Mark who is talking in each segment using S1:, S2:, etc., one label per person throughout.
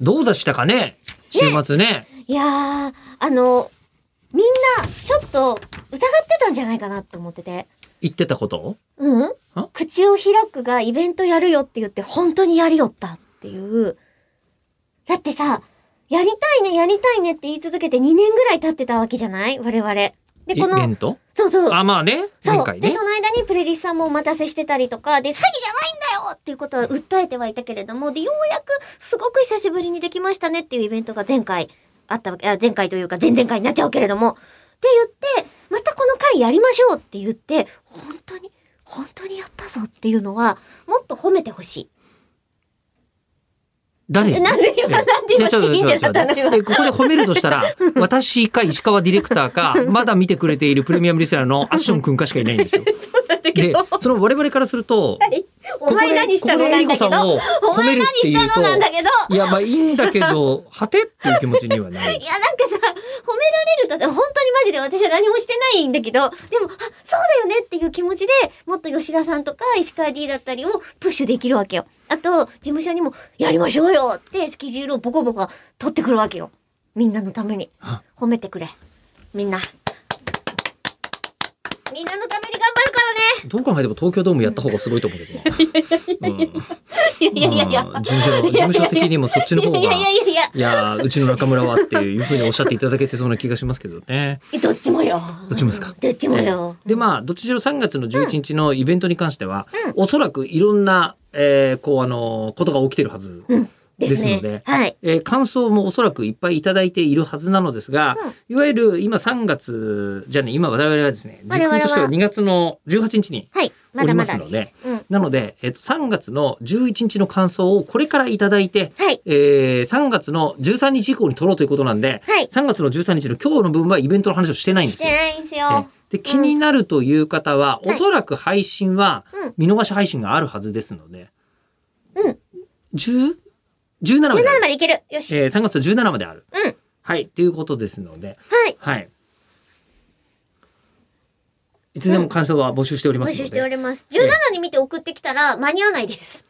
S1: どうでしたかね週末ね。
S2: いやー、あの、みんな、ちょっと、疑ってたんじゃないかなと思ってて。
S1: 言ってたこと
S2: うん
S1: あ
S2: 口を開くがイベントやるよって言って、本当にやりよったっていう。だってさ、やりたいね、やりたいねって言い続けて2年ぐらい経ってたわけじゃない我々。で、
S1: イ
S2: こ
S1: ベ
S2: の、
S1: ント
S2: そうそう。
S1: あ、まあね。
S2: そ
S1: 前
S2: う。
S1: 回
S2: で、
S1: ね
S2: そ。の間にプレリスさんもお待たせしてたりとか、で、詐欺じゃないんだよっていうことは訴えてはいたけれども、で、ようやく、すごく久しぶりにできましたねっていうイベントが前回あったわけ、あ前回というか前々回になっちゃうけれども、って言って、またこの回やりましょうって言って、本当に、本当にやったぞっていうのは、もっと褒めてほしい。
S1: 誰
S2: えなんで今、なんで
S1: じゃあ
S2: 今、シ
S1: ちょっと
S2: ー
S1: ち
S2: ンっ
S1: ょ
S2: て
S1: っと
S2: なったの
S1: ちょっ
S2: 今
S1: とえ。ここで褒めるとしたら、私か石川ディレクターか、まだ見てくれているプレミアムリスナー のアッション君かしかいないんですよ。で、その我々からすると、
S2: お前何した
S1: こ
S2: の
S1: こで
S2: な
S1: ここで
S2: ん
S1: エリコさんを褒め
S2: だけど、お前
S1: る
S2: 何
S1: って
S2: し
S1: いう
S2: たのなんだ
S1: と、
S2: けど、
S1: いや、まあいいんだけど、果てっていう気持ちにはなる
S2: い。や、なんかさ、褒められるとさ、本当にマジで私は何もしてないんだけど、でも、あ、そうだよねっていう気持ちで、もっと吉田さんとか石川 D だったりをプッシュできるわけよ。あと、事務所にも、やりましょうよってスケジュールをボコボコ取ってくるわけよ。みんなのために。褒めてくれ。みんな。みんなのために頑張るからね
S1: どう考えても東京ドームやった方がすごいと思うけどな。うん
S2: いやいやいやい
S1: まあ
S2: や。
S1: 事務所の事務所的にもそっちの方が
S2: いやいやいやいや
S1: いやーうちの中村はっていうふうにおっしゃっていただけてそうな気がしますけどね。
S2: いや。どっちもよ。
S1: どっちもですか
S2: どっちもよ。
S1: でまあどっちにしろ3月の11日のイベントに関しては、おそらくいろんな、えーこうあのことが起きてるはず、
S2: うん。で
S1: で
S2: す
S1: す
S2: ね。
S1: ので
S2: はい。
S1: えー感想もおそらくいっぱいいただいているはずなのですが、いわゆる今3月じゃあね今我々はですね時
S2: 我々は
S1: 間としては2月の18日に
S2: はい。まだまだ
S1: おりますので
S2: うん。
S1: なので、えっと3月の11日の感想をこれからいただいて、
S2: はい。
S1: えー、3月の13日以降に撮ろうということなんで、
S2: はい
S1: 3月の13日の今日の分はイベントの話をしてないんで
S2: し
S1: す
S2: て
S1: よ。
S2: ないんですよ。
S1: で気になるという方は、おそらく配信は
S2: うん
S1: 見逃し配信があるはずですので、
S2: うん、
S1: 10 17ま
S2: 17
S1: である、
S2: までいける。よし。
S1: えー、3月の17まである。
S2: うん。
S1: はいということですので、
S2: はい。
S1: はい、いつでも感想は募集しておりま
S2: 募
S1: すので、
S2: 集しております。17に見て送ってきたら間に合わないです。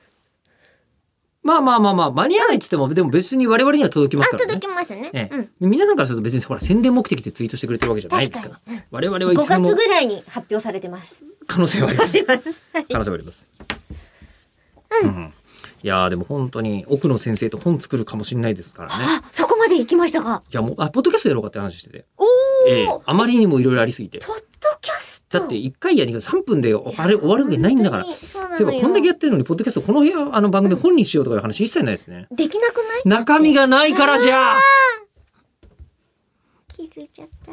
S1: まあまあまあまあ間に合わないって言っても、でも別に我々には届きます
S2: あ、
S1: からね
S2: 届。きますね。
S1: ええ
S2: うん。
S1: 皆さんからすると別にほら宣伝目的でツイートしてくれてるわけじゃないですから
S2: 確かに
S1: 我々はい
S2: 5
S1: つで
S2: 月
S1: も
S2: ぐらいに発表されて ます。
S1: 可能性はあります
S2: 出 ます。はい。
S1: 可能性はあります、うんいやーでも本当に奥野先生と本作るかもしれないですからね
S2: あ、そこまで行きましたか。
S1: いやもうあポッドキャストやろうかって話してて、
S2: おー。
S1: ええあまりにもいろいろありすぎて
S2: ポッドキャスト。
S1: だって1回や2回3分で終わる終わるわけないんだから
S2: 本当にそうなのよ
S1: そういえばこんだけやってるのにポッドキャストこの部屋あの番組本にしようとかいう話一切ないですね
S2: できなくない
S1: 中身がないからじゃあ
S2: 気づいちゃった。